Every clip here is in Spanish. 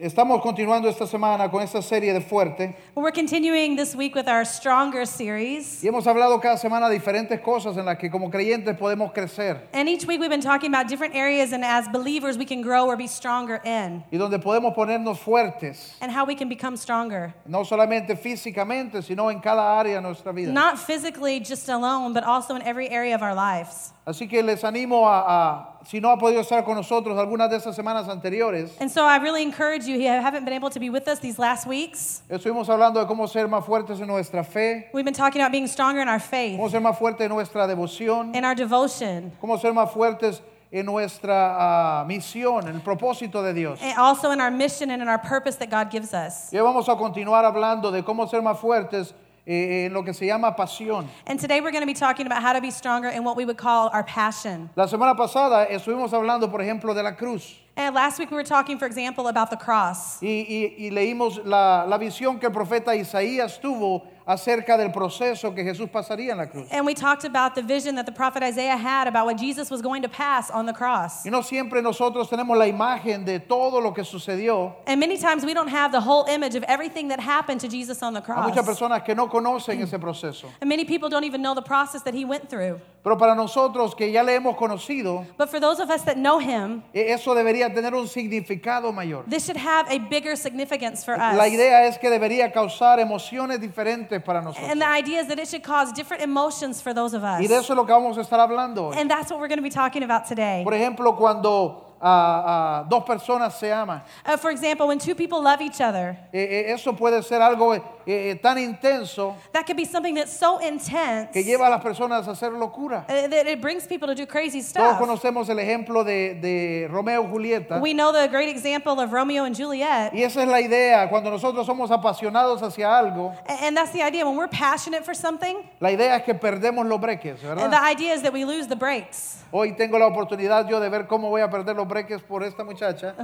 Estamos continuando esta semana con esta serie de Fuerte We're continuing this week with our Stronger series. y hemos hablado cada semana de diferentes cosas en las que como creyentes podemos crecer And each week we've been talking about different areas and as believers we can grow or be stronger in y donde podemos ponernos fuertes, and how we can become stronger. no solamente físicamente, sino en cada área de nuestra vida. Not physically just alone, but also in every area of our lives. Así que les animo a, a- si no ha podido estar con nosotros algunas de estas semanas anteriores, And so I really encourage you, if you haven't been able to be with us these last weeks, estuvimos hablando de cómo ser más fuertes en nuestra fe, we've been talking about being stronger in our faith, cómo ser más fuertes en nuestra devoción, in our devotion, cómo ser más fuertes en nuestra ah, misión, en el propósito de Dios. and also in our mission and in our purpose that God gives us. Y hoy vamos a continuar hablando de cómo ser más fuertes eh, en lo que se llama pasión. And today we're going to be talking about how to be stronger in what we would call our passion. La semana pasada estuvimos hablando, por ejemplo, de la cruz And last week we were talking, for example, about the cross. y, y- y leímos la, la visión que el profeta Isaías tuvo acerca del proceso que Jesús pasaría en la cruz. And we talked about the vision that the prophet Isaiah had about what Jesus was going to pass on the cross. Y no siempre nosotros tenemos la imagen de todo lo que sucedió. And many times we don't have the whole image of everything that happened to Jesus on the Hay muchas cross. personas que no conocen ese proceso. And many people don't even know the process that he went through. Pero para nosotros que ya le hemos conocido, But for those of us that know him, eh, eso debería tener un significado mayor. this should have a bigger significance for us. La idea es que debería causar emociones diferentes para nosotros. And the idea is that it should cause different emotions for those of us. Y de eso es lo que vamos a estar hablando hoy. And that's what we're going to be talking about today. Por ejemplo, cuando ah, ah, dos personas se aman, Uh, for example, when two people love each other, eh, eh, eso puede ser algo eh, eh, tan intenso that could be something that's so intense que lleva a las personas a hacer locura. uh, that it brings people to do crazy Todos stuff. conocemos el ejemplo de, de Romeo y Julieta. We know the great example of Romeo and Juliet. Y esa es la idea, cuando nosotros somos apasionados hacia algo, A- And that's the idea. When we're passionate for something, la idea es que perdemos los breques, and the ¿verdad? idea is that we lose the brakes. Hoy tengo la oportunidad yo de ver cómo voy a perder los breques por esta muchacha,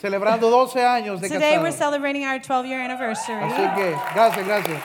celebrando 12 años de Today we're casados. celebrating our 12 year anniversary. Así que, gracias, gracias.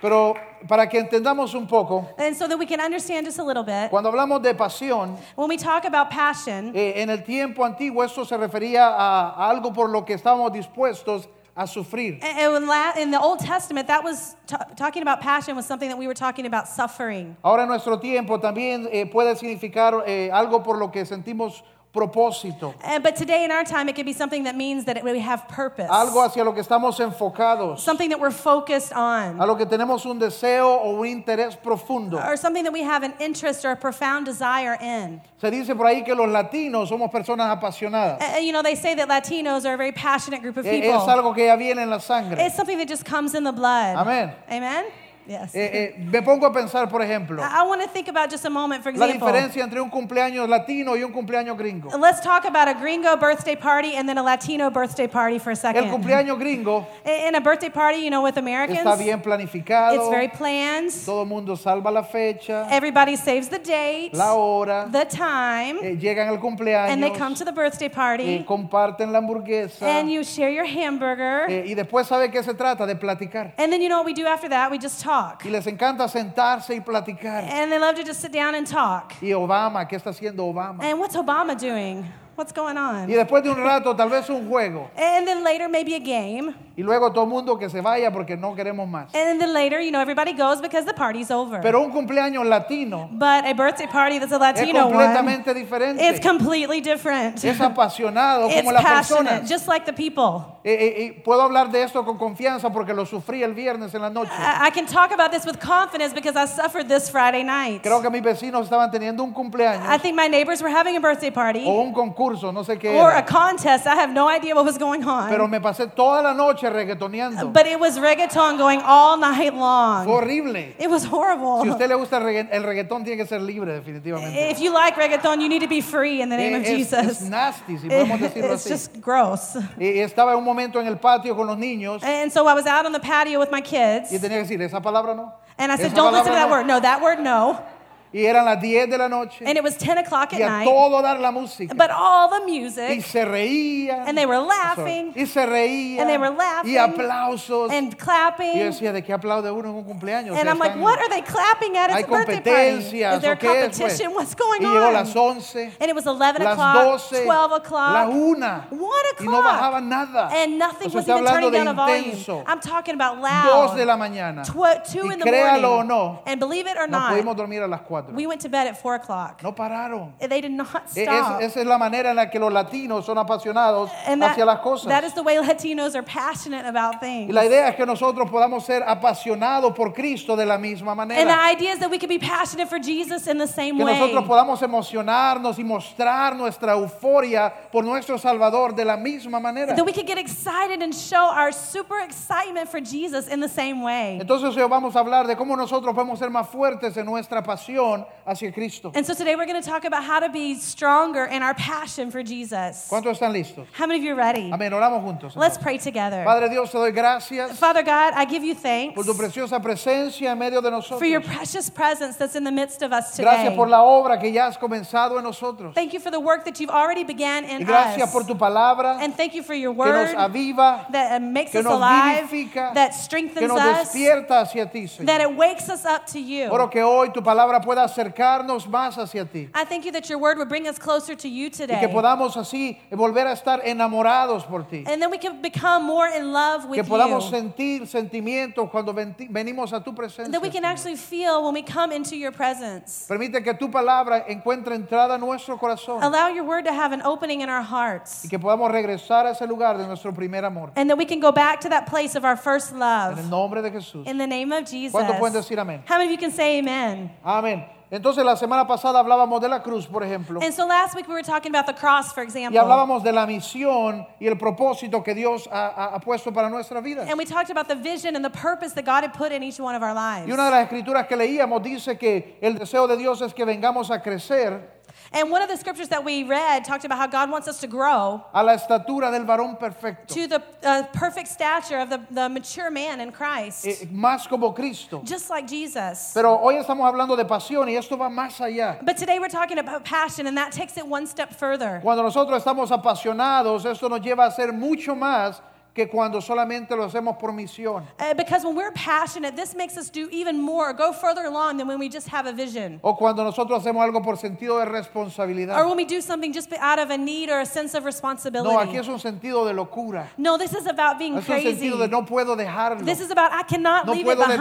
Pero para que entendamos un poco, And so that we can understand just a little bit, cuando hablamos de pasión, when we talk about passion, eh, en el tiempo antiguo eso se refería a, a algo por lo que estábamos dispuestos a sufrir. a- and when la- in the Old Testament, that was t- talking about passion was something that we were talking about suffering. Ahora en nuestro tiempo también eh, puede significar eh, algo por lo que sentimos propósito, And, but today in our time, it can be something that means that it, we have purpose, algo hacia lo que estamos enfocados, something that we're focused on. a lo que tenemos un deseo o un interés profundo. or something that we have an interest or a profound desire in. Se dice por ahí que los latinos somos personas apasionadas. Uh, you know, they say that Latinos are a very passionate group of Eh, people. Es algo que ya viene en la sangre. It's something that just comes in the blood. Amén. Amen? Yes. Eh, eh, me pongo a pensar, por ejemplo, I, want to think about just a moment, for la example. diferencia entre un cumpleaños latino y un cumpleaños gringo. Let's talk about a gringo birthday party and then a Latino birthday party for a second. El cumpleaños gringo I- in a birthday party, you know, with Americans, está bien it's planificado, very planned. todo el mundo salva la fecha, Everybody saves the date, la hora, the time, eh, llegan al and they come cumpleaños, to the birthday eh, party, comparten la hamburguesa and you share your hamburger. eh, y después sabe qué se trata, de platicar. And then you know what we do after that? We just talk. Y les encanta sentarse y platicar. And they love to just sit down and talk. Y Obama, ¿qué está haciendo Obama? And what's Obama doing? What's going Y on? después de un rato, tal vez un juego. And then later, maybe a game. Y luego todo el mundo que se vaya porque no queremos más. And then later, you know, everybody goes because the party's over. Pero un cumpleaños latino but a birthday party that's a es Latino one, completamente diferente. it's completely different. es apasionado como it's la passionate, persona. just like the people. Eh, eh, eh, puedo hablar de esto con confianza porque lo sufrí el viernes en la noche. I, I can talk about this with confidence because I suffered this Friday night. Creo que mis vecinos estaban teniendo un cumpleaños I think my neighbors were having a birthday party o un concurso, no sé qué. or era. a contest. I have no idea what was going on. Pero me pasé toda la noche reggaetoneando. But it was reggaeton going all night long. Fue horrible. It was horrible. Si a usted le gusta el, regga- el reggaetón, tiene que ser libre, definitivamente. if you like reggaeton, you need to be free in the name Eh, of es, Eh, Jesus. Eh, es nasty, si podemos decirlo it's así. just gross. Eh, estaba en un momento en el patio con los niños And so I was out on the patio with my y kids, tenía que decir, esa palabra no. and I said, Esa Don't listen palabra to that no. word. No, that word, no. y eran las 10 de la noche and it was 10 o'clock at y a night. todo dar la música. But all the Y music se reía. And they were laughing. y se reía. And they were laughing. y aplausos. and y yo clapping. decía, ¿de qué aplaude uno en un cumpleaños? O And sea, I'm like, están- what are they clapping at? hay It's a birthday party. competencias. Is there ¿o qué es, pues? competition? What's going y llegó on? las 11, And it was 11 las o'clock, 12, 12 la o'clock, 1. One Y no o'clock. bajaba nada. and nothing o sea, was estoy even hablando turning de down a volume. intenso. I'm talking about 2 de loud. la mañana. Tw- two y in the créalo o morning. no, and believe it or no not, pudimos dormir a las 4. we went to bed at 4 o'clock. no pararon. And They did not E- es- stop. esa es la manera en la que los latinos son apasionados and that, hacia las cosas. that is the way Latinos are passionate about things. Y la idea es que nosotros podamos ser apasionados por Cristo de la misma and the manera. idea is that we can be passionate for Jesus in the same Que way. nosotros podamos emocionarnos y mostrar nuestra euforia por nuestro Salvador de la misma manera. that we can get excited and show our super excitement for Jesus in the same way. Entonces hoy vamos a hablar de cómo nosotros podemos ser más fuertes en nuestra pasión hacia Cristo. And so today we're going to talk about how to be stronger in our passion for Jesus. ¿Cuántos están listos? How many of you are ready? Amén, oramos juntos. Let's entonces. pray together. Padre Dios, te doy gracias Father God, I give you thanks por tu preciosa presencia en medio de for your nosotros. precious presence that's in the midst of us Gracias today. por la obra que ya has comenzado en nosotros. Thank you for the work that you've already began in Y gracias us. por tu palabra que and thank you for your nos word aviva, that uh, makes que us nos alive, vivifica, that que strengthens nos us, despierta hacia ti, Señor. that it wakes us up to you. Oro que hoy tu palabra pueda acercarnos más hacia ti I thank you that your word would bring us closer to you y today. que podamos así volver a estar enamorados por ti. And then we can become more in love with Que podamos you. sentir sentimientos cuando venti- venimos a tu presencia. That we can Señor. actually feel when we come into your presence. Permite que tu palabra encuentre entrada en nuestro corazón Allow your word to have an opening in our y hearts. que podamos regresar a ese lugar de nuestro primer amor. And that we can go back to that place of our first En el love. nombre de Jesús. In the name of Jesus. ¿Cuántos pueden decir amén? How many of you can say amen? Amén. Entonces la semana pasada hablábamos de la cruz, por ejemplo, And so last week we were talking about the cross, for y example. hablábamos de la misión y el propósito que Dios ha, ha- ha puesto para nuestra vida. And we talked about the vision and the purpose that God had put in each one of our lives. Y una de las escrituras que leíamos dice que el deseo de Dios es que vengamos a crecer And one of the scriptures that we read talked about how God wants us to grow a la estatura del varón perfecto, to the uh, perfect stature of the, the mature man in Christ. eh, más como Cristo. just like Jesus. Pero hoy estamos hablando de pasión y esto va más allá. But today we're talking about passion, and that takes it one step further. Cuando nosotros estamos apasionados, esto nos lleva a hacer mucho más que cuando solamente lo hacemos por misión. Uh, because when we're passionate, this makes us do even more, go further along than when we just have a vision. O cuando nosotros hacemos algo por sentido de Or responsabilidad. when we do something just out of a need or a sense of responsibility. No, aquí es un sentido de locura. No, this is about being Es un crazy. sentido de no puedo dejarlo. This is about I cannot No leave it puedo behind.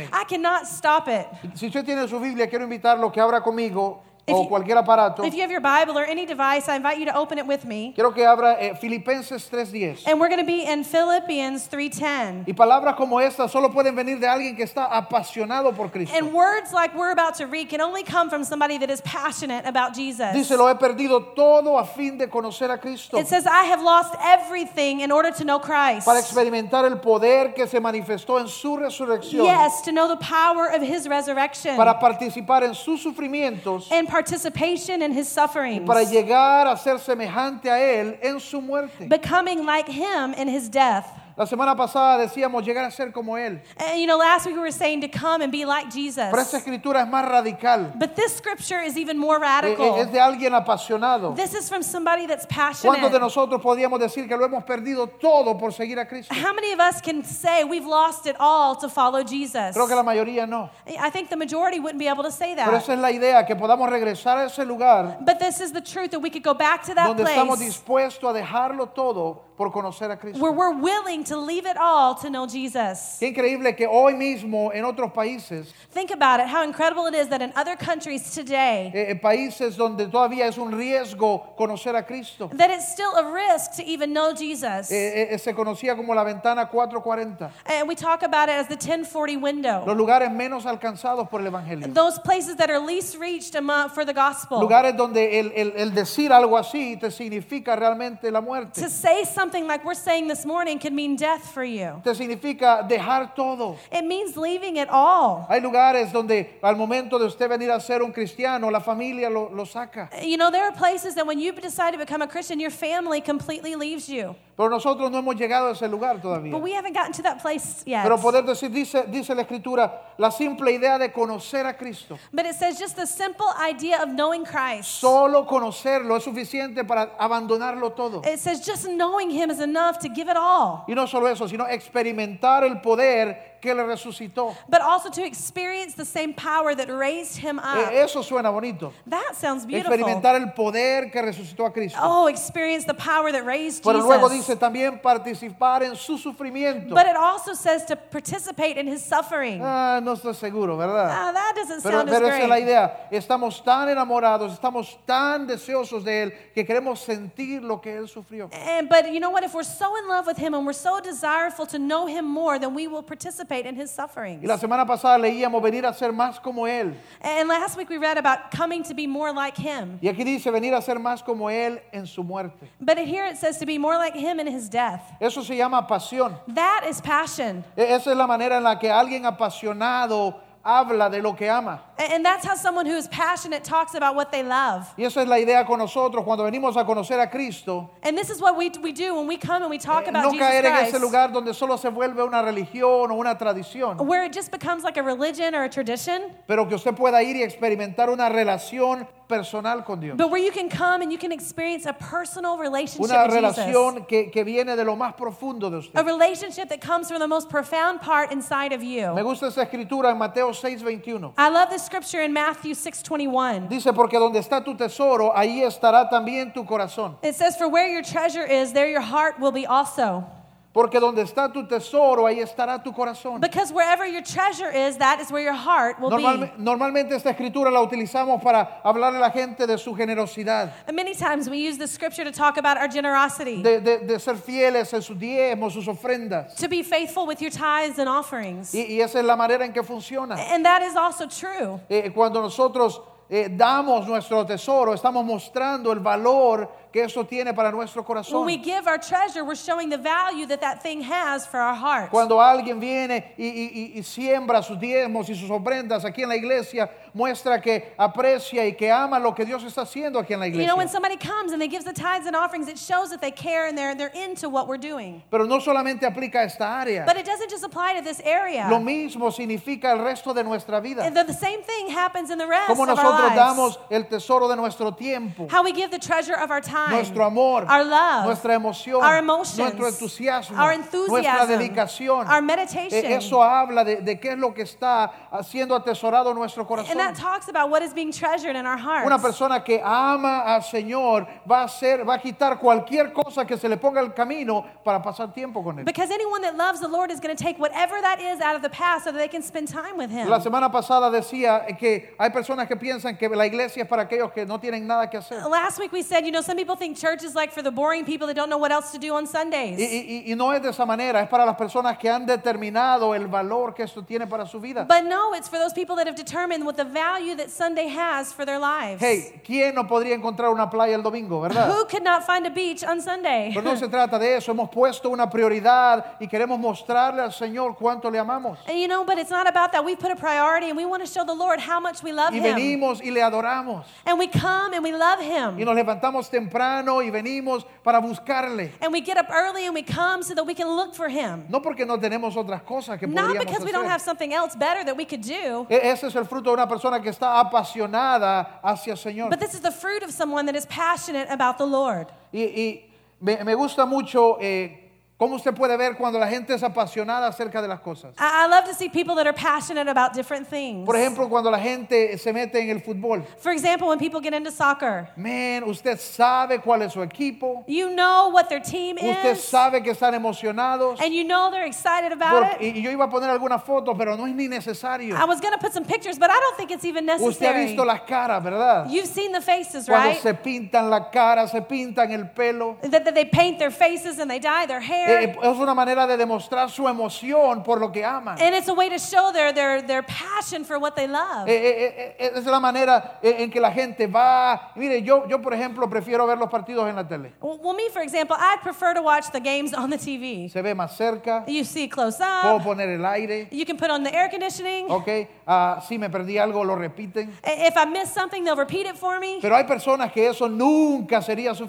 detenerme. I cannot stop it. Si usted tiene su Biblia, quiero invitarlo que abra conmigo If o you- cualquier aparato. If you have your Bible or any device, I invite you to open it with me. Quiero que abra eh, Filipenses 3.10. And we're going to be in Philippians 3:10. Y palabras como estas solo pueden venir de alguien que está apasionado por Cristo. And words like we're about to read can only come from somebody that is passionate about Jesus. Dice, lo he perdido todo a fin de conocer a Cristo. It says, I have lost everything in order to know Christ. para experimentar el poder que se manifestó en su resurrección, Yes, to know the power of his resurrection para participar en sus sufrimientos, and participation in his sufferings, para llegar a ser semejante a Él en su muerte. becoming like him in his death. La semana pasada decíamos llegar a ser como Él, And you know, last week we were saying to come and be like pero esta Jesus. escritura es más radical, But this scripture is even more Eh, eh, es radical. de alguien apasionado. This is from somebody that's ¿Cuántos de passionate. nosotros podríamos decir que lo hemos perdido todo por seguir a Cristo? How many of us can say we've lost it all to follow Jesus? Creo que la mayoría no, I think the majority wouldn't be able to say pero that. esa es la idea, que podamos regresar a ese lugar But this is the truth that we could go back to that donde estamos place dispuestos a dejarlo todo por conocer a Cristo. where we're willing to leave it all to know Jesus. Qué increíble que hoy mismo en otros países, Think about it, how incredible it is that in other countries today, eh, eh, países donde todavía es un riesgo conocer a Cristo, that it's still a risk to even know Jesus. eh, eh, se conocía como la ventana 440, And we talk about it as the 1040 los window. lugares menos alcanzados por el Evangelio, Those places that are least reached among, for the gospel. lugares donde el, el- el decir algo así te significa realmente la muerte, To say something like we're saying this morning can mean death for you. te significa dejar todo. It means leaving it all. Hay lugares donde al momento de usted venir a ser un cristiano, la familia lo, lo saca. You know, there are places that when you decide to become a Christian, your family completely leaves you. Pero nosotros no hemos llegado a ese lugar todavía. But we haven't gotten to that place yet. Pero poder decir, dice, dice la escritura, la simple idea de conocer a Cristo, But it says just the simple idea of knowing Christ. solo conocerlo es suficiente para abandonarlo todo. It says just knowing him is enough to give it all. Y no solo eso, sino experimentar el poder que le resucitó. But also to experience the same power that raised him up. E- Eso suena bonito. that sounds Ah. beautiful. Experimentar el poder que resucitó a Cristo. Oh, experience the power that raised Pero Jesus. luego dice también participar en su sufrimiento. but it also says to participate in his suffering. Ah, no estoy seguro, ¿verdad? Ah, that doesn't Pero, sound pero as esa great. es la idea. Estamos tan enamorados, estamos tan deseosos de Él que queremos sentir lo que Él sufrió. And, but you know what? If we're so in love with him and we're so desireful to know him more, then we will participate in his sufferings. Y la semana pasada leíamos venir a ser más como Él. and last week we read about coming to be more like him. Y aquí dice venir a ser más como Él en su muerte. But here it says to be more like him in his death. Eso se llama pasión. That is passion. E- Esa es la manera en la que alguien apasionado habla de lo que ama. A- And that's how someone who is passionate talks about what they love. Y esa es la idea con nosotros cuando venimos a conocer a Cristo. And this is what we, we do when we come and we talk eh, about No Jesus caer en Christ, ese lugar donde solo se vuelve una religión o una tradición, where it just becomes like a religion or a tradition, pero que usted pueda ir y experimentar una relación personal con Dios. but where you can come and you can experience a personal relationship Una with Jesus. relación que, que viene de lo más profundo de A usted. relationship that comes from the most profound part inside of Me you. gusta esa escritura en Mateo 6:21. I love this scripture in Matthew 6:21. Dice, porque donde está tu tesoro, ahí estará también tu corazón. It says, "For where your treasure is, there your heart will be also." Porque donde está tu tesoro, ahí estará tu corazón. Because wherever your treasure is, that is where your heart will Normalme- be. normalmente esta escritura la utilizamos para hablar a la gente de su generosidad, And many times we use this scripture to talk about our generosity, de, de- de ser fieles en sus diezmos, sus ofrendas. to be faithful with your tithes and offerings. Y, y esa es la manera en que funciona. And that is also true. Eh, cuando nosotros eh, damos nuestro tesoro, estamos mostrando el valor que eso tiene para nuestro When corazón. we give our treasure, we're showing the value that that thing has for our heart. Cuando alguien viene y, y- y- y siembra sus diezmos y sus ofrendas aquí en la iglesia, muestra que aprecia y que ama lo que Dios está haciendo aquí en la You know, when iglesia. somebody comes and they gives the tithes and offerings, it shows that they care and they're, they're into what we're doing. Pero no solamente aplica a esta área. But it doesn't just apply to this area. Lo mismo significa el resto de nuestra vida. And The, the same thing happens in the rest Como of our nosotros lives. damos el tesoro de nuestro tiempo, How we give the treasure of our time, nuestro amor, our love, nuestra emoción, our emotions, nuestro entusiasmo, our nuestra enthusiasm, dedicación. our Eh, meditation. Eso habla de, de qué es lo que está siendo atesorado en nuestro corazón. and that talks about what is being treasured in our hearts. Una persona que ama al Señor va a hacer, va a quitar cualquier cosa que se le ponga al camino para pasar tiempo con él. because anyone that loves the Lord is going to take whatever that is out of the past so that they can spend time with Him. La semana pasada decía que hay personas que piensan que la iglesia es para aquellos que no tienen nada que hacer. Last week we said, you know, some people think church is like for the boring people that don't know what else to do on Sundays. Y, y- y- y no es de esa manera, es para las personas que han determinado el valor que esto tiene para su vida. But no, it's for those people that have determined what the value that Sunday has for their lives. Hey, ¿quién no podría encontrar una playa el domingo, verdad? Who could not find a beach on Sunday? Pero no se trata de eso, hemos puesto una prioridad y queremos mostrarle al Señor cuánto le amamos. And you know, but it's not about that. We put a priority and we want to show the Lord how much we love Y Him. venimos y le adoramos. And we come and we love Y Him. nos levantamos temprano y venimos para buscarle. And we get up early and we come so that we can look for Him. No porque no tenemos otras cosas que Not podríamos because we don't have hacer. something else better that we could do, E- Ese es el fruto de una persona que está apasionada hacia el Señor. but this is the fruit of someone that is passionate about the Lord. Y, y me, me gusta mucho eh, cómo usted puede ver cuando la gente es apasionada acerca de las cosas. I, I love to see people that are passionate about different things. Por ejemplo, cuando la gente se mete en el fútbol. For example, when people get into soccer, Man, usted sabe cuál es su equipo. you know what their team Usted is, sabe que están emocionados. and you know they're excited about Por- it. y y yo iba a poner algunas fotos, pero no es ni necesario. I was going to put some pictures, but I don't think it's even Usted ha necessary. visto las caras, ¿verdad? You've seen the faces, Cuando right? se pintan la cara, se pintan el pelo. That, that they paint their faces and they dye their Eh, there. es una manera de demostrar su emoción por lo que aman. And it's a way to show their, their, their passion for what they love. Eh, eh, eh, eh, es la manera eh, en que la gente va. Mire, yo, yo por ejemplo prefiero ver los partidos en la tele. Well, well, me, for example, I'd prefer to watch the games on the TV. Se ve más cerca, You see close puedo up, poner el aire, you can put on the air conditioning. ¿ok? Ah, si me perdí algo, lo repiten. I- If I miss something, they'll repeat it for me. Pero hay personas que eso nunca sería But there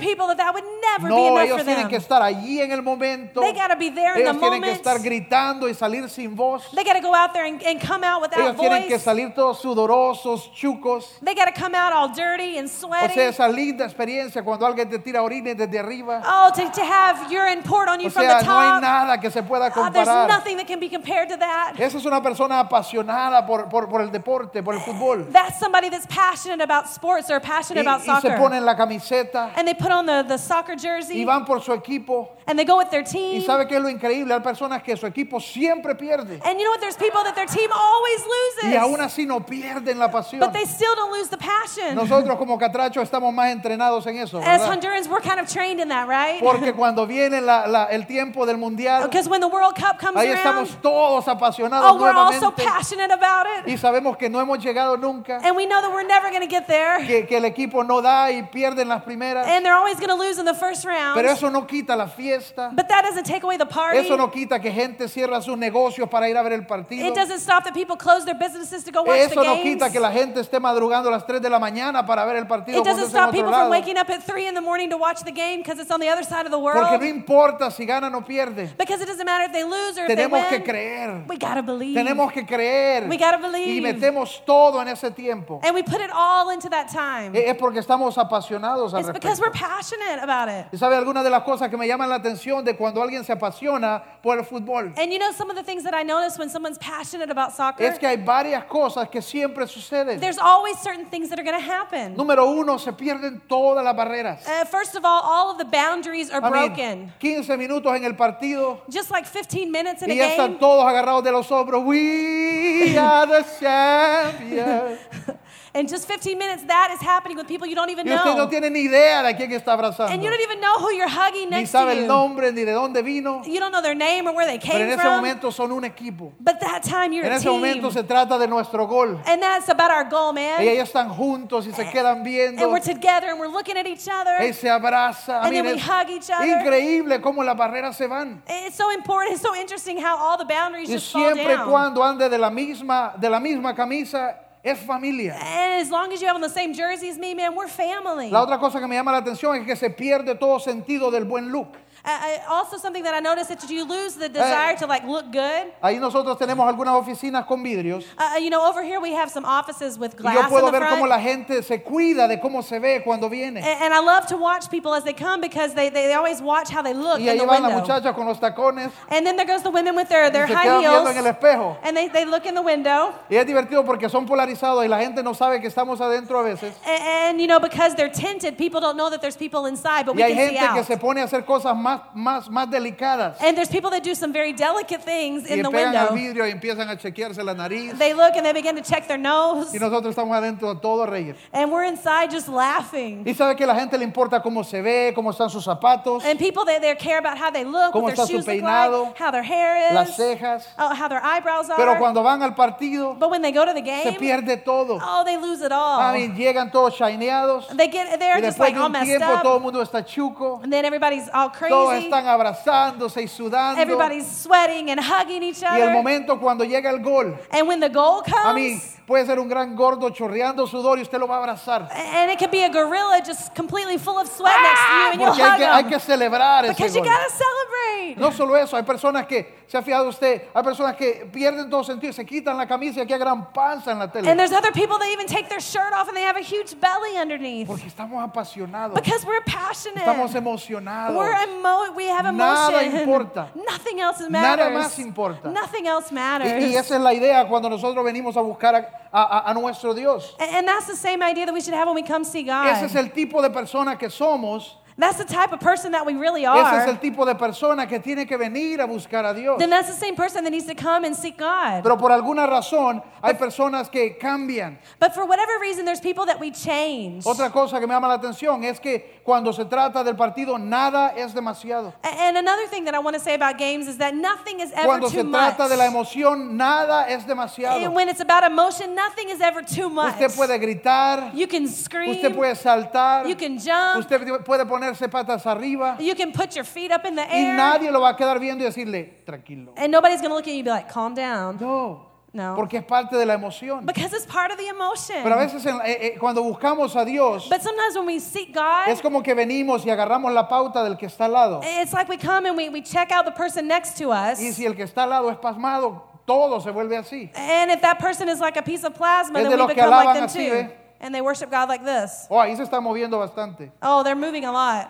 suficiente. people that that would never be No, enough ellos for tienen them. que estar allí en el momento. They gotta be there in ellos the tienen que moment. estar gritando y salir sin voz. They got to go out there and, and come out ellos without tienen que voice. salir todos sudorosos, chucos. They got to come out all dirty and O sea, sweaty. esa linda experiencia cuando alguien te tira orines desde arriba. Oh, to, to have urine poured on you O from the sea, no hay top. nada que se pueda Oh, there's comparar. nothing that can be compared to that. Esa es una persona apasionada por, por- por el deporte, por el fútbol. That's somebody that's passionate about sports or Y, passionate about y se soccer. ponen la camiseta And they put on the, the soccer y jersey van por su equipo. and they go with their Y team. sabe que es lo increíble, hay personas que su equipo siempre pierde. And you know what? There's people that their team always Y aún loses. así no pierden la pasión. But they still don't lose the passion. Nosotros como catrachos estamos más entrenados en eso. As ¿verdad? Hondurans, we're kind of trained in that, right? Porque cuando viene la- la- el tiempo del mundial, Because when the World Cup comes ahí around, estamos todos apasionados oh, we're all so nuevamente. passionate about it. Y sabemos que no hemos llegado nunca, And we know that we're never going to get there. que, que el equipo no da y pierden las primeras. And they're always going to lose in the first round. Pero eso no quita la fiesta. But that doesn't take away the party. Eso no quita que gente cierra sus negocios para ir a ver el partido. It doesn't stop that people close their businesses to go watch the Eso no games. quita que la gente esté madrugando a las 3 de la mañana para ver el partido. it cuando doesn't es en stop otro people lado. from waking up at 3 in the morning to watch the game because it's on the other side of the world. Porque no importa si gana o pierde. because it doesn't matter if they lose or if they Tenemos win. que creer. We got to believe. Tenemos que creer. We gotta believe. Y metemos todo en ese tiempo. and we put it all into that time. Es porque estamos apasionados al it's respecto. because we're passionate about it. Y sabe alguna de las cosas que me llaman la atención de cuando alguien se apasiona por el fútbol And you know some of the things that I notice when someone's passionate about soccer? es que hay varias cosas que siempre suceden. there's always certain things that are going to happen. Número uno, se pierden todas las barreras. Uh, first of all, all of the boundaries are I mean, broken. 15 minutos en el partido Just like 15 minutes in a y ya están game, todos agarrados de los hombros. We are the champions. and just 15 minutes, that is happening with people you don't even Y usted no know. tiene ni idea de quién está And abrazando. you don't even know who you're hugging Ni next to sabe el you. nombre ni de dónde vino. You don't know their name or where they Pero en ese came from. momento son un equipo. But that time, you're En a ese momento team. se trata de nuestro gol. And that's about our goal, Y man. ellos están juntos y se quedan Eh, And viendo. we're together and we're looking at each Y other. se abrazan. And Miren, then we hug each other. Increíble cómo las barreras se van. It's so important. It's so interesting how all the boundaries Y just fall siempre y down. cuando ande de la misma, de la misma camisa, es familia. And as long as you have on the same jersey as me, man, we're family. La otra cosa que me llama la atención es que se pierde todo sentido del buen look. I- I- Uh, also, something that I noticed that you lose Eh. the desire to like look good. Ahí nosotros tenemos algunas oficinas con vidrios. Uh, you know, over here we have some offices with Y glass yo in puedo the ver cómo front. Eh, la gente se cuida de cómo se ve cuando viene. And, and I love to watch people as they come because they, they, they always watch how they look Y ahí in the van las window. muchachas con los tacones And then there goes the women with their, y their se high quedan viendo en el heels. espejo. And they, they look in the window. Y es divertido porque son polarizados y la gente no sabe que estamos adentro a veces. A- And, you know, because they're tinted, people don't know that there's people inside, but Y we hay can see gente que out. se pone a hacer cosas más, más, más delicadas. And there's people that do some very delicate things Y in the pegan al window. vidrio y empiezan a chequearse la nariz. They look and they begin to check their nose. Y nosotros estamos adentro a todo reír. And we're inside just laughing. Y sabe que a la gente le importa cómo se ve, cómo están sus zapatos, And people, they, they care about how they look, Cómo what está their su shoes look peinado, like, how their hair las is, cejas. oh, how their eyebrows are. Pero cuando van al partido, But when they go to the se game, pierde todo. oh, they lose it all. I mean, llegan todos shineados. they get they're Y just después like de all un messed tiempo todo el up, mundo está chuco. and then everybody's all Todos crazy. están abrazándose y sudando. Everybody's sweating and hugging each Y el other. momento cuando llega el gol, And when the goal a mí comes, puede ser un gran gordo chorreando sudor y usted lo va a abrazar. and it could be a gorilla just completely full of sweat next to you, and Porque you'll hay que, hay hug que him celebrar ese because you gol. gotta celebrate. No solo eso, hay personas que, se ha fijado usted, hay personas que pierden todo sentido, se quitan la camisa y aquí hay gran panza en la And tele. there's other people that even take their shirt off and they have a huge belly underneath Porque estamos apasionados, because we're estamos passionate. emocionados. We're emo- we have emotion. Nada importa. Nothing else matters. Nada más importa. Nothing else Y, matters. y esa es la idea cuando nosotros venimos a buscar a, a- a nuestro Dios. A- And that's the same idea that we should have when we come see God. Ese es el tipo de persona que somos That's the type of person that we really Ese es are. el tipo de persona que tiene que venir a buscar a Dios. Then that's the same person that needs to come and seek God. Pero por alguna razón hay personas que cambian. But for whatever reason, there's people that we change. Otra cosa que me llama la atención es que cuando se trata del partido nada es demasiado. A- And another thing that I want to say about games is that nothing is ever Cuando too se much. trata de la emoción nada es And demasiado. when it's about emotion, nothing is ever too much. Usted puede gritar, you can scream. usted puede saltar, you can jump. usted puede ponerse patas arriba you can put your feet up in the y air. nadie lo va a quedar viendo y decirle, tranquilo. and nobody's going to look at you and be like, calm down. No, No. porque es parte de la emoción. Because it's part of the emotion. Pero a veces en- eh, eh, cuando buscamos a Dios, but sometimes when we seek God, es como que venimos y agarramos la pauta del que está al lado. it's like we come and we, we check out the person next to us. Y si el que está al lado es pasmado, todo se vuelve así. and if that person is like a piece of plasma, Es de then we los que become like alaban them así, too. ¿ve? And they worship God like this. Oh, ahí se está moviendo bastante. Oh, they're moving a lot.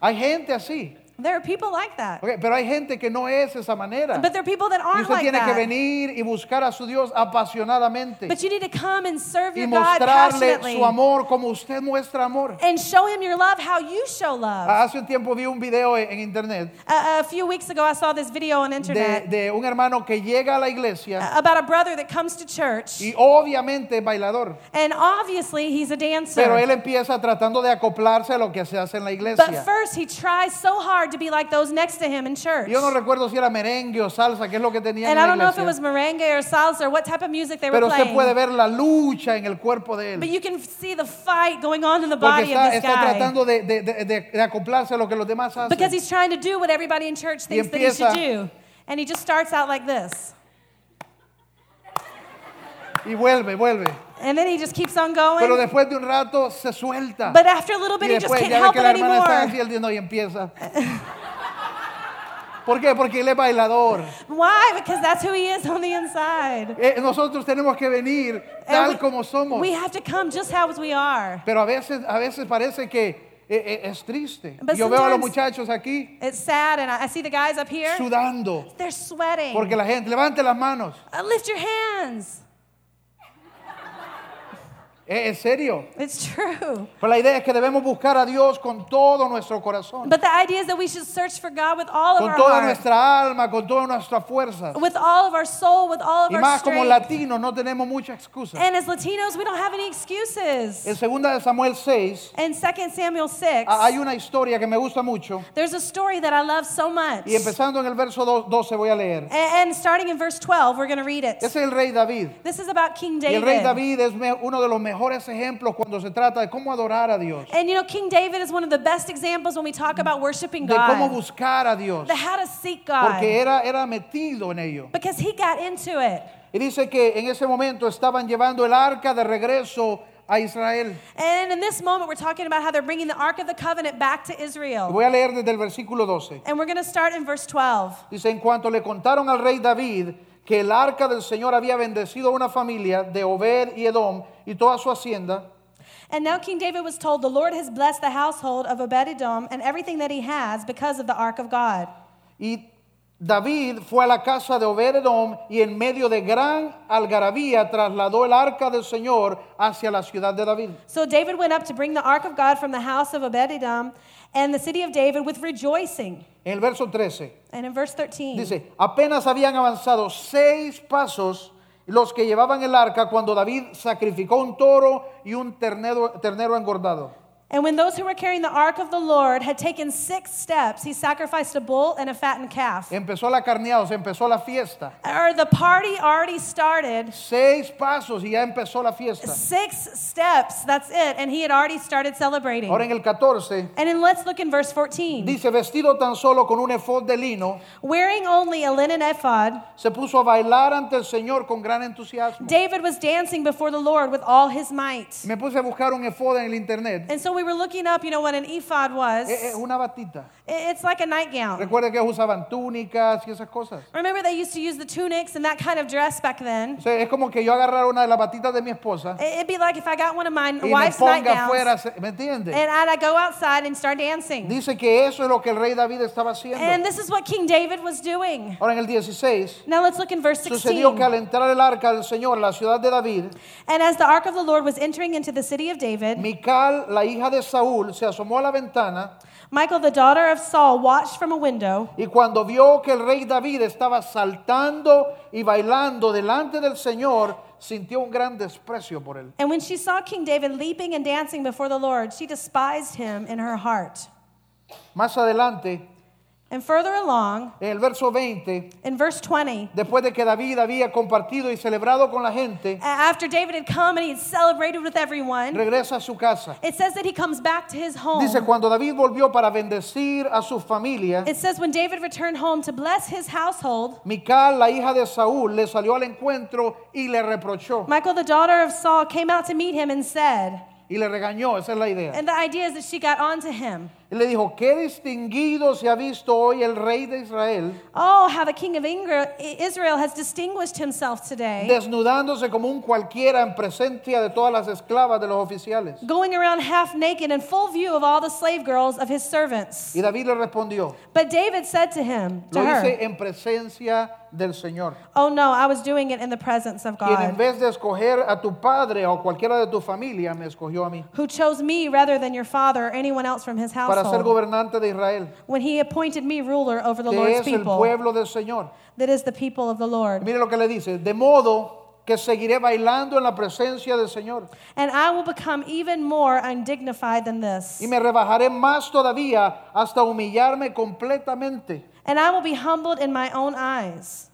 Hay gente así, There are people like that. ok, pero hay gente que no es esa manera. But there are people that Y aren't usted like tiene que that. venir y buscar a su Dios apasionadamente But you need to come and serve y your God mostrarle passionately su amor como usted muestra amor. and show Him your love how you show love. Hace un tiempo vi un video en en internet a, a few weeks ago, I saw this video on de, internet Ah. de un hermano que llega a la iglesia about a brother that comes to church, y obviamente es bailador, and obviously he's a dancer. pero él empieza tratando de acoplarse a lo que se hace en la but iglesia. first, he tries so hard to be like those next to him in church. Yo no recuerdo si era merengue o salsa, que es lo que tenía en and I la don't know if it iglesia. was merengue or salsa or what type of music they Pero were usted playing. puede ver la lucha en el cuerpo de but él. you can see the fight going on in the Porque body está, of this está guy. tratando de, de- de- de- de acoplarse a lo que los demás because hacen. he's trying to do what everybody in church thinks that he should empieza- do. And he just starts out like this. Y vuelve, vuelve. And then he just keeps on going. Pero después de un rato se suelta. but after a little Y bit, he just después can't ya ve help que it la hermana está así, anymore. él dice, no, y empieza. ¿Por qué? Porque él es bailador. Why? Because that's who he is on the inside. Eh, nosotros tenemos que venir And tal como somos. Eh, We have to come just how we are. Pero a veces, a veces parece que eh, eh, es triste. But Yo veo a los sometimes- muchachos aquí It's sad, and I, I see the guys up here. sudando. They're sweating. Porque la gente, levante las manos. Uh, lift your hands. Eh, ¿En serio? It's true. Pero la idea es que debemos buscar a Dios con todo nuestro corazón, But the idea is that we should search for God with all of con our toda heart, nuestra alma, con toda nuestra fuerza. with all of our soul, with all of Y our más como strength. latinos no tenemos mucha excusa. and as Latinos, we don't have any excuses. En 2 de Samuel 6 In 2 Samuel 6, a- Ah, hay una historia que me gusta mucho there's a story that I love so much. y empezando en el verso do- 12 voy a leer. A- And starting in verse 12, we're going to read it. Ese es el rey David. This is about King Y David. el rey David es me- uno de los mejores ejemplos cuando se trata de cómo adorar a Dios, And you know, King David is one of the best examples when we talk about worshiping de cómo God, buscar a Dios, the how to seek porque God, era, era metido en ello. because he got into it. Y dice que en ese momento estaban llevando el arca de regreso a Israel. And in this moment, we're talking about how they're bringing the Ark of the Covenant back to Israel. Voy a leer desde el versículo 12. And we're going to start in verse 12. Dice, en cuanto le contaron al rey David que el arca del Señor había bendecido a una familia de Obed y Edom y toda su hacienda, And now King David was told, The Lord has blessed the household of Obed-Edom and everything that he has because of the Ark of God. y David fue a la casa de Obed Edom y en medio de gran algarabía trasladó el arca del Señor hacia la ciudad de David. So David went up to bring the ark of God from the house of Obed-Edom and the city of David with rejoicing. En el verso 13 And in verse 13, dice, apenas habían avanzado seis pasos los que llevaban el arca cuando David sacrificó un toro y un ternero, ternero engordado. and when those who were carrying the ark of the Lord had taken six steps, he sacrificed a bull and a fattened calf. Empezó la carneada, o sea, empezó la fiesta. Or the party already started. Seis pasos y ya empezó la fiesta. Six steps, that's it. And he had already started celebrating. Ahora en el 14 And then let's look in verse 14. dice, vestido tan solo con un efod de lino, Wearing only a linen ephod, se puso a bailar ante el Señor con gran entusiasmo. David was dancing before the Lord with all his might. Me puse a buscar un efod en el internet. And so we were looking up, you know, what an ephod was. Es es I- una batita. It's like a nightgown. Recuerda que ellos usaban túnicas y esas cosas. Remember, they used to use the tunics and that kind of dress back O then. sea, es como que yo agarrara una de las batitas de mi esposa I- It'd be like if I got one of my y me wife's ponga afuera, nightgowns se- ¿me entiendes? and I'd go outside and start dancing. Dice que eso es lo que el rey David estaba haciendo. And this is what King David was doing. Ahora en el 16, Now let's look in verse sucedió que 16. al entrar el arca del Señor a la ciudad de David, And as the ark of the Lord was entering into the city of David, Mical, la hija hija de Saúl, se asomó a la ventana Michael, the daughter of Saul, watched from a window, y cuando vio que el rey David estaba saltando y bailando delante del Señor, sintió un gran desprecio por él. and when she saw King David leaping and dancing before the Lord, she despised him in her heart. Más adelante, And further along, en el verso 20, in verse 20, después de que David había compartido y celebrado con la gente, a- after David had come and he had celebrated with everyone, regresa a su casa. it says that he comes back to his home. Dice, cuando David volvió para bendecir a su familia, It says when David returned home to bless his household, Mical, la hija de Saúl, le salió al encuentro y le reprochó Michael, the daughter of Saul, came out to meet him and said, y le regañó, esa es la idea. and the idea is that she got on to him. Y le dijo, qué distinguido se ha visto hoy el rey de Israel, Oh, how the king of Ingra- I- Israel has distinguished himself today, desnudándose como un cualquiera en presencia de todas las esclavas de los oficiales. going around half naked in full view of all the slave girls of his servants. Y David le respondió, But David said to him, to lo her, hice en presencia del Señor, Oh no, I was doing it in the presence of quien en God, vez de escoger a tu padre o cualquiera de tu familia, me escogió a mí who chose me rather than your father or anyone else from his para ser household, gobernante de Israel, when he appointed me ruler over the que Lord's es el people, pueblo del Señor. that is the people of the Lord. Mire lo que le dice, de modo que seguiré bailando en la presencia del Señor And I will become even more undignified than this. y me rebajaré más todavía hasta humillarme completamente. And I will be humbled in my own eyes.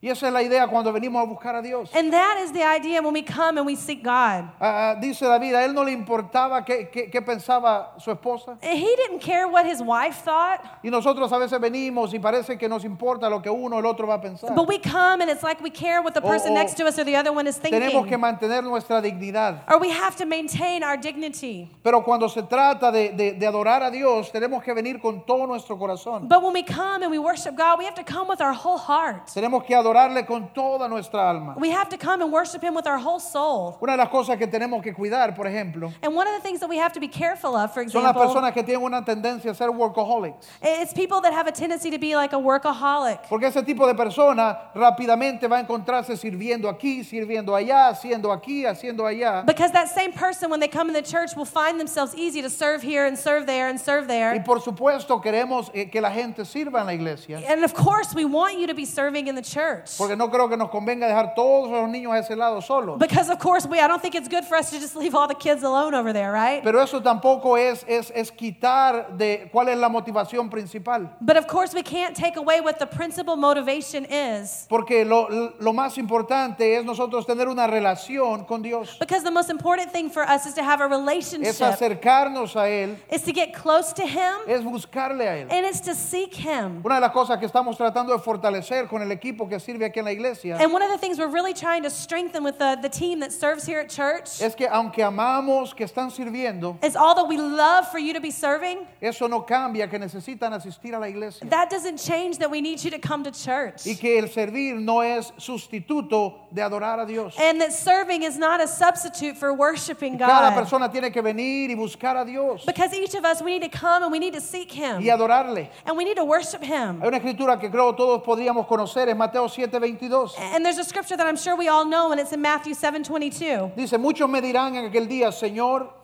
Y esa es la idea cuando venimos a buscar a Dios. And that is the idea when we come and we seek God. Ah, ah, dice David, a él no le importaba qué, qué- qué pensaba su esposa. He didn't care what his wife thought, Y nosotros a veces venimos y parece que nos importa lo que uno o el otro va a pensar. but we come and it's like we care what the person Oh, oh. next to us or the other one is Tenemos que thinking. mantener nuestra dignidad. Or we have to maintain our dignity. Pero cuando se trata de, de- de adorar a Dios, tenemos que venir con todo nuestro corazón. But when we come and we worship God, we have to come with our whole heart. Tenemos que adorarle con toda nuestra alma. We have to come and worship Him with our whole soul. Una de las cosas que tenemos que cuidar, por ejemplo, And one of the things that we have to be careful of, for son las example, personas que tienen una tendencia a ser workaholics. it's people that have a tendency to be like a workaholic. Porque ese tipo de persona rápidamente va a encontrarse sirviendo aquí, sirviendo allá, haciendo aquí, haciendo allá. Because that same person, when they come in the church, will find themselves easy to serve here and serve there and serve Y there. por supuesto queremos eh, que la gente sirva en la iglesia. And of course, we want you to be serving in the church. Porque no creo que nos convenga dejar todos los niños a ese lado solos. Because of course, we, I don't think it's good for us to just leave all the kids alone over there, right? Pero eso tampoco es, es, es quitar de cuál es la motivación principal. But of course, we can't take away what the principal motivation is. Porque lo, lo más importante es nosotros tener una relación con Dios. Because the most important thing for us is to have a Es relationship, acercarnos a Él, is to get close to Him, es buscarle a Él. and it's to seek Him. Una de las cosas que estamos tratando de fortalecer con el equipo que sirve aquí en la iglesia And one of the things we're really trying to strengthen with the, the team that serves here at church es que aunque amamos que están sirviendo, is all that we love for you to be serving. eso no cambia que necesitan asistir a la iglesia. That doesn't change that we need you to come to church. Y que el servir no es sustituto de adorar a Dios. And that serving is not a substitute for worshiping Cada God. persona tiene que venir y buscar a Dios Because each of us, we need to come and we need to seek Him. y adorarle. And we need to worship Him. Hay una escritura que creo todos podríamos conocer, es Mateo 7:22. And there's a scripture that I'm sure we all know, and it's in Matthew 7 22. Dice, muchos me dirán en aquel día, Señor,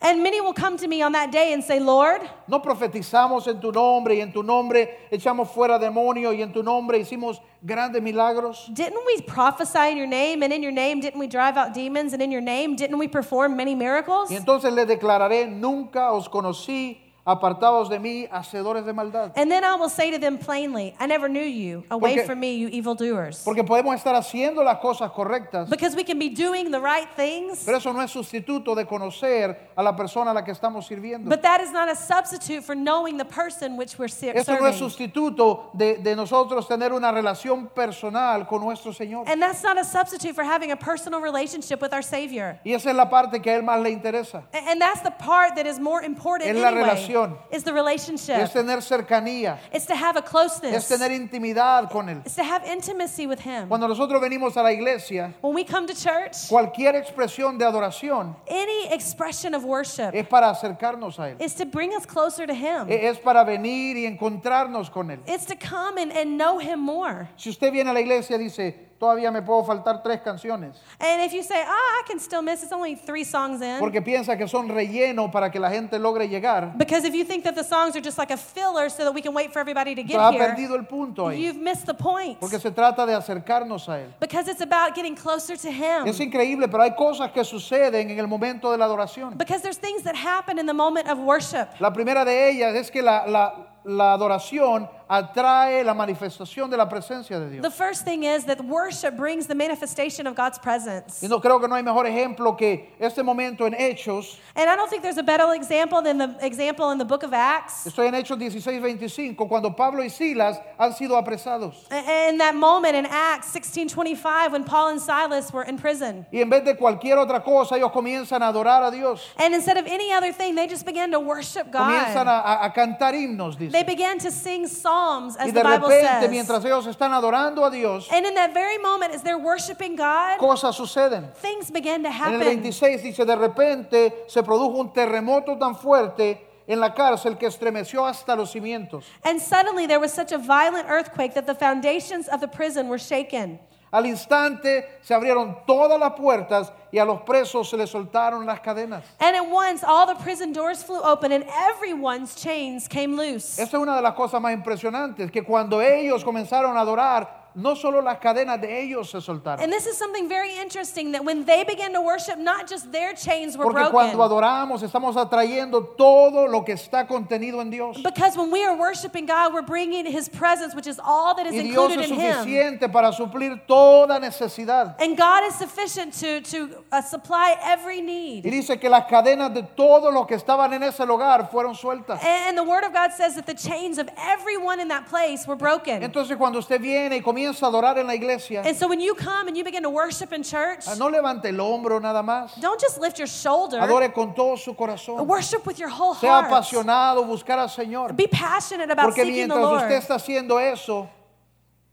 And many will come to me on that day and say, Lord, no profetizamos en tu nombre y en tu nombre echamos fuera demonios y en tu nombre hicimos grandes milagros. didn't we prophesy in your name? And in your name, didn't we drive out demons? And in your name, didn't we perform many miracles? Y entonces les declararé, nunca os conocí, apartados de mí, hacedores de maldad. And then I will say to them plainly, I never knew you. Away Porque- from me, you evildoers. Porque podemos estar haciendo las cosas correctas, Because we can be doing the right things, pero eso no es sustituto de conocer a la persona a la que estamos sirviendo. but that is not a substitute for knowing the person which we're ser- Eso no es serving. sustituto de, de nosotros tener una relación personal con nuestro Señor. And that's not a substitute for having a personal relationship with our Savior. Y esa es la parte que a Él más le interesa. A- And that's the part that is more important Es la anyway, relación. is the relationship. Es tener cercanía, It's to have a es closeness. tener intimidad con Él. It's to have intimacy with Him. Cuando nosotros venimos a la iglesia, When we come to church, cualquier expresión de adoración any expression of worship es para acercarnos a Él. is to bring us closer to Him. E- es para venir y encontrarnos con Él. It's to come and, and know Him more. Si usted viene a la iglesia y dice, todavía me puedo faltar tres canciones. And if you say, ah, I can still miss, it's only three songs in. Porque piensa que son relleno para que la gente logre llegar. because if you think that the songs are just like a filler so that we can wait for everybody to Entonces, ha get here, perdido el punto ahí. you've missed the point. Porque se trata de acercarnos a Él. Because it's about getting closer to Him. Es increíble, pero hay cosas que suceden en el momento de la adoración. Because there's things that happen in the moment of worship. La primera de ellas es que la, la- la adoración atrae la manifestación de la presencia de Dios. The first thing is that worship brings the manifestation of God's presence. Y no creo que no hay mejor ejemplo que este momento en Hechos. And I don't think there's a better example than the example in the book of Acts. Estoy en Hechos 16, 25, cuando Pablo y Silas han sido apresados. In that moment in Acts 16:25 when Paul and Silas were in prison. Y en vez de cualquier otra cosa, ellos comienzan a adorar a Dios. And instead of any other thing, they just began to worship Comienzan God. a, a- a cantar himnos, They dice. began to sing psalms Y as de the Bible repente, says. mientras ellos están adorando a Dios, And in that very moment as they're worshiping God, cosas suceden. things began to En el happen. 26 dice, de repente se produjo un terremoto tan fuerte en la cárcel que estremeció hasta los cimientos. And suddenly there was such a violent earthquake that the foundations of the prison were shaken. Al instante se abrieron todas las puertas y a los presos se les soltaron las cadenas. And at once all the prison doors flew open and everyone's chains came loose. Esa es una de las cosas más impresionantes, que cuando ellos comenzaron a adorar, no solo las cadenas de ellos se soltaron. And this is something very interesting that when they began to worship, not just their chains were Porque cuando broken. adoramos estamos atrayendo todo lo que está contenido en Dios. Because when we are worshiping God, we're bringing His presence, which is all that is Y Dios included es in Him. suficiente para suplir toda necesidad. And God is sufficient to, to uh, supply every Y need. dice que las cadenas de todos los que estaban en ese lugar fueron sueltas. And the Word of God says that the chains of everyone in that place were broken. Entonces cuando usted viene y comienza a adorar en la iglesia, ah, And so when you come and you begin to worship in church, no levante el hombro nada más. don't just lift your shoulder, Adore con todo su corazón. worship with your whole Sea heart. apasionado, buscar al Señor. Be passionate about Porque seeking the mientras usted Lord. está haciendo eso,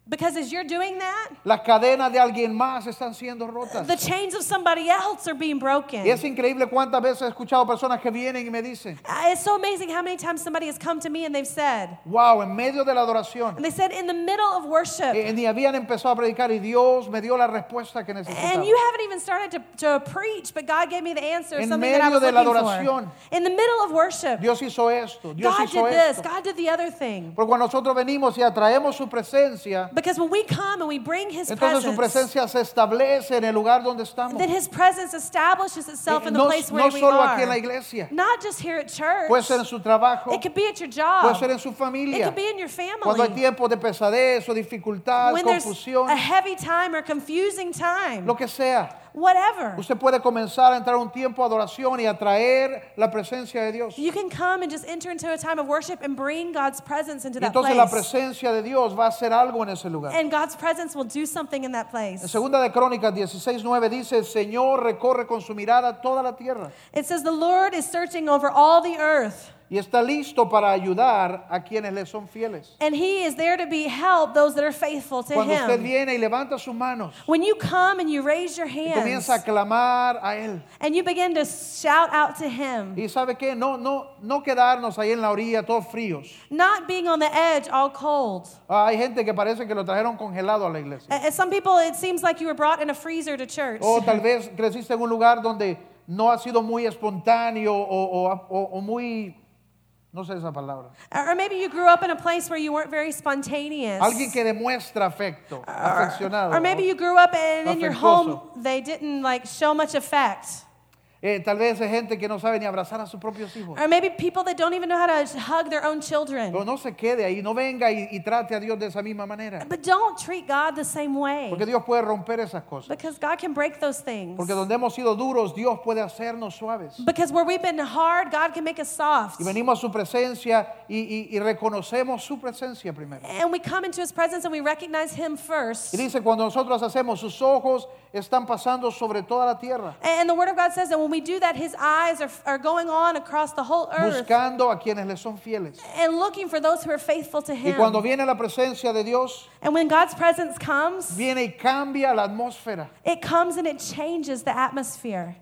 Because as you're doing that, las cadenas de alguien más están siendo rotas. the chains of somebody else are being broken. Y es increíble cuántas veces he escuchado personas que vienen y me dicen, Uh, It's so amazing how many times somebody has come to me and they've said, wow, en medio de la adoración, and they said, in the middle of worship, eh, ni habían empezado a predicar y Dios me dio la respuesta que necesitaba. and you haven't even started to, to preach, but God gave me the answer, En something that I medio was de la looking adoración. for. In the middle of worship, Dios hizo esto, Dios God hizo did this, esto. God did the other thing. Porque cuando nosotros venimos y atraemos su presencia, Because when we come and we bring His entonces su presence, presencia se establece en el lugar donde estamos. then His presence establishes itself Eh, in the no, place no where we solo aquí en la are. iglesia, Not just here at church. puede ser en su trabajo, It could be at your puede job. ser en su It familia. could be in your Cuando hay family. tiempos de pesadez o dificultad, When there's confusión, a heavy time or confusing time, lo que sea, whatever. usted puede comenzar a entrar un tiempo de adoración y atraer la presencia de Dios. You can come and just enter into a time of worship and bring God's presence Y into that entonces la place. presencia de Dios va a hacer algo en ese lugar. And God's presence will do something in that En place. segunda de Crónicas 16:9 dice, "El Señor recorre con su mirada toda la tierra It says, The Lord is searching over all the earth, y está listo para ayudar a quienes le son fieles." and He is there to be help those that are faithful to Cuando usted Him. viene y levanta sus manos When you come and you raise your y hands comienza a clamar a él. and you begin to shout out to Him, Y sabe qué, no no no quedarnos ahí en la orilla todos fríos. not being on the edge all cold. Ah, Hay gente que parece que lo trajeron congelado a la iglesia. Uh, Some people, it seems like you were brought in a freezer to church. O tal vez creciste en un lugar donde no ha sido muy espontáneo o, o- o- o muy, no sé esa palabra. Or maybe you grew up in a place where you weren't very spontaneous. Alguien que demuestra afecto, afeccionado. Or ¿no? Ah, maybe you grew up and in your Afectuoso. home they didn't like show much affect. Eh, tal vez hay gente que no sabe ni abrazar a sus propios hijos. Or maybe people that don't even know how to hug their own Pero children. no se quede ahí, no venga y, y trate a Dios de esa misma manera. But don't treat God the same way. Porque Dios puede romper esas cosas. Because God can break those things. Porque donde hemos sido duros, Dios puede hacernos suaves. Because where we've been hard, God can make us soft. Y venimos a su presencia y, y- y reconocemos su presencia primero. And we come into his presence and we recognize him first. Y dice, cuando nosotros hacemos, sus ojos están pasando sobre toda la tierra, And the word of God says that when we do that, his eyes are, are going on across the whole earth buscando a quienes le son fieles. and looking for those who are faithful to Y him. cuando viene la presencia de Dios, And when God's presence comes, viene y cambia la atmósfera. it comes and it changes the atmosphere.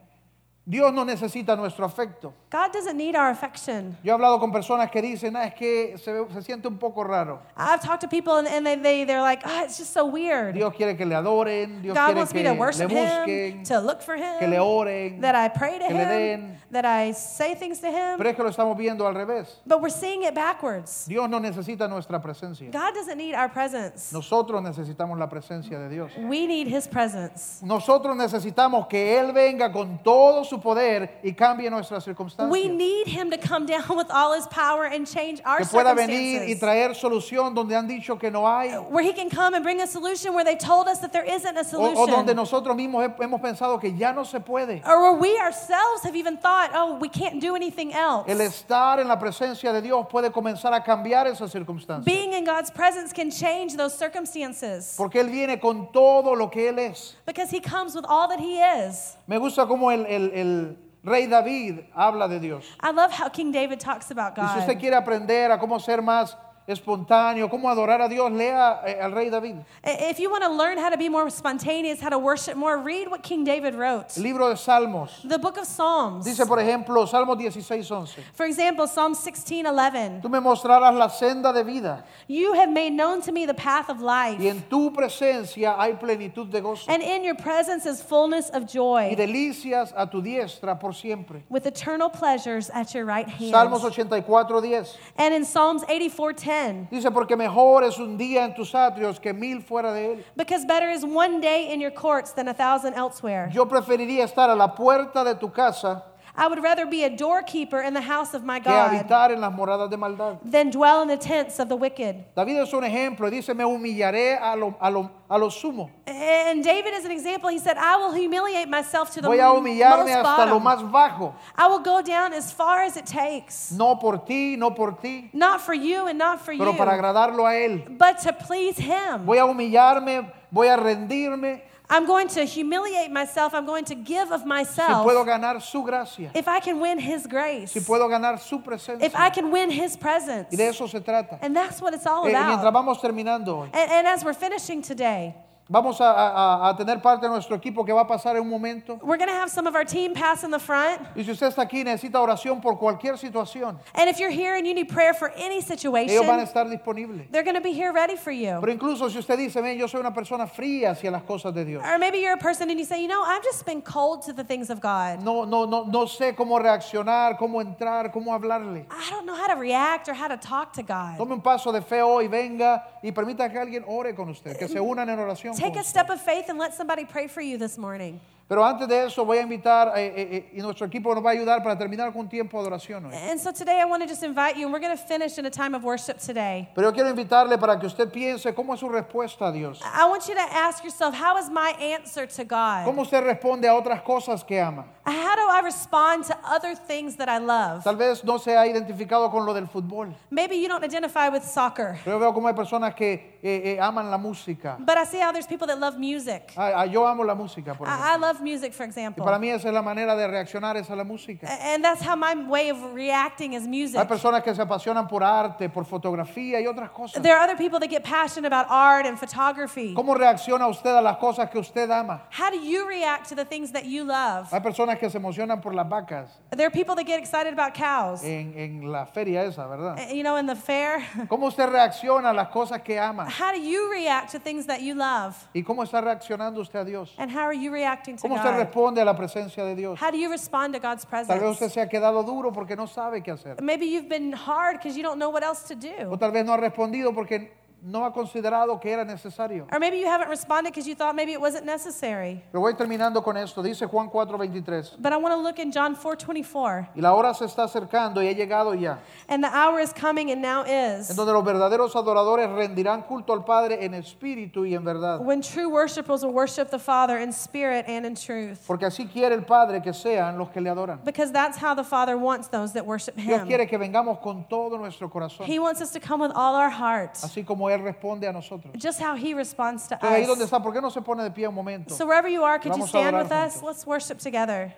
Dios no necesita nuestro afecto. God doesn't need our affection. Yo he hablado con personas que dicen, ah, es que se, ve- se siente un poco raro. I've talked to people and, and they, they, they're like, oh, it's just so weird. Dios quiere que le adoren, Dios God quiere wants que me to worship le Him, busquen, to look for que le Him, oren. that I pray to que le Him, den. that I say things to Him. Pero es que lo estamos viendo al revés. But we're seeing it backwards. Dios no necesita nuestra presencia. God doesn't need our presence. Nosotros necesitamos la presencia de Dios. We need His presence. Nosotros necesitamos que Él venga con todo su poder y cambie nuestras We circunstancias. need Him to come down with all His power and change our Que pueda venir y circumstances. traer solución donde han dicho que no hay. o- Where He can come and bring a solution where they told us that there isn't a O, donde solution. nosotros mismos he- hemos pensado que ya no se puede. Or where we ourselves have even thought, oh, we can't do anything else. El estar en la presencia de Dios puede comenzar a cambiar esas circunstancias. Being in God's presence can change those circumstances Porque Él viene con todo lo que Él es. because He comes with all that He is. Me gusta cómo el, el- el rey David habla de Dios. I love how King David talks about Y si usted God. quiere aprender a cómo ser más espontáneo, cómo adorar a Dios, lea eh, al rey David. I- If you want to learn how to be more spontaneous, how to worship more, read what King David wrote. El libro de Salmos. The book of Psalms. Dice, por ejemplo, Salmo 16, 11. For example, Psalm 16 11. Tú me mostrarás la senda de vida You have made known to me the path of y life, en tu presencia hay plenitud de gozo and in your presence is fullness of y joy, delicias a tu diestra por siempre. with eternal pleasures at your right Salmos hand. 84, 10. And in Psalms 84 10. Dice, porque mejor es un día en tus atrios que mil fuera de él. Because better is one day in your courts than a thousand elsewhere. Yo preferiría estar a la puerta de tu casa I would rather be a doorkeeper in the house of my que God habitar en las moradas de maldad. than dwell in the tents of the wicked. David es un ejemplo, dice, me humillaré a lo, a lo- a lo sumo. And David is an example. He said, I will humiliate myself to the Voy a humillarme most hasta lo bottom. más bajo. I will go down as far as it takes. No por ti, no por ti, Not for you and not for you, pero para agradarlo a él. but to please him. Voy a humillarme, voy a rendirme I'm going to humiliate myself. I'm going to give of si myself. puedo ganar su gracia, if I can win his grace. si puedo ganar su if I presencia. can win his presence. Y de eso se trata. And that's what it's all Eh, about. mientras vamos terminando hoy, And, and as we're finishing today, vamos a, a- a tener parte de nuestro equipo que va a pasar en un momento. we're going to have some of our team pass in the front. Y si usted está aquí y necesita oración por cualquier situación, And if you're here and you need prayer for any situation, ellos van a estar disponibles. they're going to be here ready for you. Pero incluso si usted dice, ven, yo soy una persona fría hacia las cosas de Dios. Or maybe you're a person and you say, you know, I've just been cold to the things of God. No, no, no, no sé cómo reaccionar, cómo entrar, cómo hablarle. I don't know how to react or how to talk to God. Tome un paso de fe hoy, venga y permita que alguien ore con usted, que se unan en oración. con Take a usted. step of faith and let somebody pray for you this morning. Pero antes de eso voy a invitar eh, eh, eh, y nuestro equipo nos va a ayudar para terminar con un tiempo de adoración hoy. And so today I want to just invite you, and we're going to finish in a time of worship today. Pero yo quiero invitarle para que usted piense cómo es su respuesta a Dios. I want you to ask yourself, how is my answer to God? ¿Cómo usted responde a otras cosas que ama? How do I respond to other things that I love? Tal vez no se ha identificado con lo del fútbol. Maybe you don't identify with soccer, Pero yo veo cómo hay personas que eh, eh, aman la música. but I see how there's people that love music. Ah, ah, yo amo la música, por ejemplo. I, I love music, for Y example. para mí esa es la manera de reaccionar esa es la música. A- And that's how my way of reacting is Hay music. personas que se apasionan por arte, por fotografía y otras cosas. There are other people that get passionate about art and photography. ¿Cómo reacciona usted a las cosas que usted ama? How do you react to the things that you love? Hay personas que se emocionan por las vacas There are people that get excited about cows, en, en la feria esa, ¿verdad? Uh, you know, in the fair. ¿Cómo usted reacciona a las cosas que ama? How do you react to things that you love? ¿Y cómo está reaccionando usted a Dios? And how are you reacting to ¿Cómo usted God? responde a la presencia de Dios? How do you respond to God's Tal vez usted presence? se ha quedado duro porque no sabe qué hacer. Maybe you've been hard because you don't know what else to O do. tal vez no ha respondido porque no ha considerado que era necesario. Or maybe you haven't responded because you thought maybe it wasn't necessary. Pero voy terminando con esto. Dice Juan 4:23. But I want to look in John 4:24. Y la hora se está acercando y ha llegado ya. And the hour is coming and now En is donde los verdaderos adoradores rendirán culto al Padre en espíritu y en verdad. when true worshipers will worship the Father in spirit and in truth. Porque así quiere el Padre que sean los que le adoran. Because that's how the Father wants those that worship Dios him. quiere que vengamos con todo nuestro corazón. He wants us to come with all our heart, Así como Él responde a nosotros. just how he responds to Entonces ahí donde us. está, ¿por qué no se pone de pie un momento? So wherever you are, could you Vamos a stand orar with us? juntos. Let's worship together.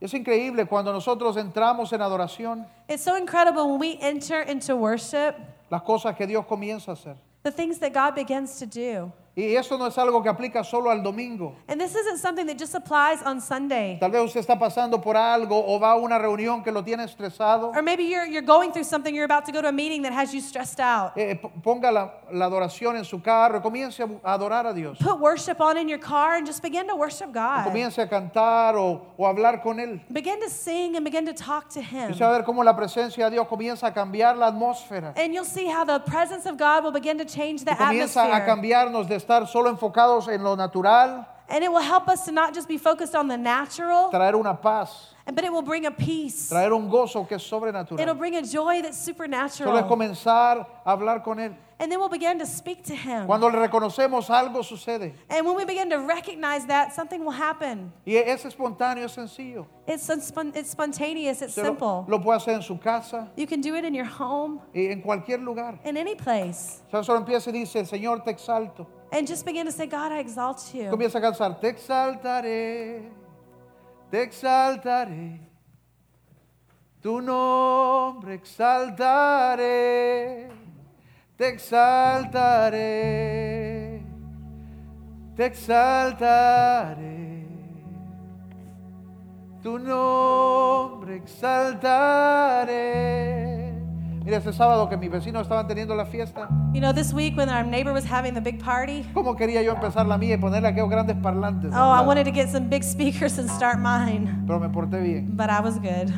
Es increíble cuando nosotros entramos en adoración, It's so incredible when we enter into worship, las cosas que Dios comienza a hacer. the things that God begins to do. Y esto no es algo que aplica solo al domingo. And this isn't something that just applies on Sunday. Tal vez usted está pasando por algo o va a una reunión que lo tiene estresado. Or maybe you're, you're going through something, you're about to go to a meeting that has you stressed out. Eh, p- ponga la, la adoración en su carro, y comience a bu- a adorar a Dios. Put worship on in your car and just begin to worship God. Comience a cantar o, o hablar con Él. Begin to sing and begin to talk to Him. Y se va a ver cómo la presencia de Dios comienza a cambiar la atmósfera. And you'll see how the presence of God will begin to change Y the comienza a atmosphere. cambiarnos de estar solo enfocados en lo natural, And it will help us to not just be focused on the natural, traer una paz, but it will bring a peace. traer un gozo que es It'll sobrenatural. bring a joy that's Solo es supernatural. comenzar a hablar con Él. And then we'll begin to speak to Him. Cuando le reconocemos algo sucede. And when we begin to recognize that, something will happen. Y e-, es espontáneo, es sencillo. It's, un- spon- it's spontaneous, it's Usted lo- simple. Lo, puede hacer en su casa, You can do it in your home, y en cualquier lugar. in any place. O sea, solo empieza y dice, Señor, te exalto. And just begin to say, God, I exalt you. Comienza a cansar, te exaltaré, te exaltaré, tu nombre exaltaré, te exaltaré, te exaltaré, tu nombre exaltaré. Mira, este sábado que mis vecinos estaban teniendo la fiesta. You know, this week when our neighbor was having the big party, ¿Cómo quería yo empezar la mía y ponerle aquellos grandes parlantes? oh, I wanted to get some big speakers and start mine, Pero me porté bien. but I was good.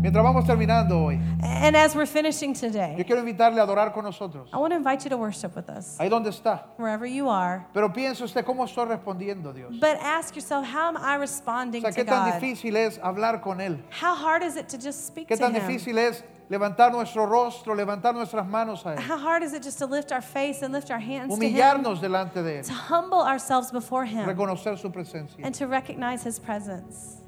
Mientras vamos terminando hoy, And as we're finishing yo today, quiero invitarle a adorar con nosotros. I want to invite you to worship with us, Ahí donde está. wherever you are. Pero piense usted cómo estoy respondiendo, Dios. But ask yourself, how am I O responding sea, to qué tan God? difícil es hablar con Él. How hard is it to just speak Qué to tan Him? difícil es levantar nuestro rostro, levantar nuestras manos a Él. How hard is it just to lift our face and lift our hands to Him? Humillarnos delante de Él. To humble ourselves before Him Reconocer su presencia. and to recognize His presence.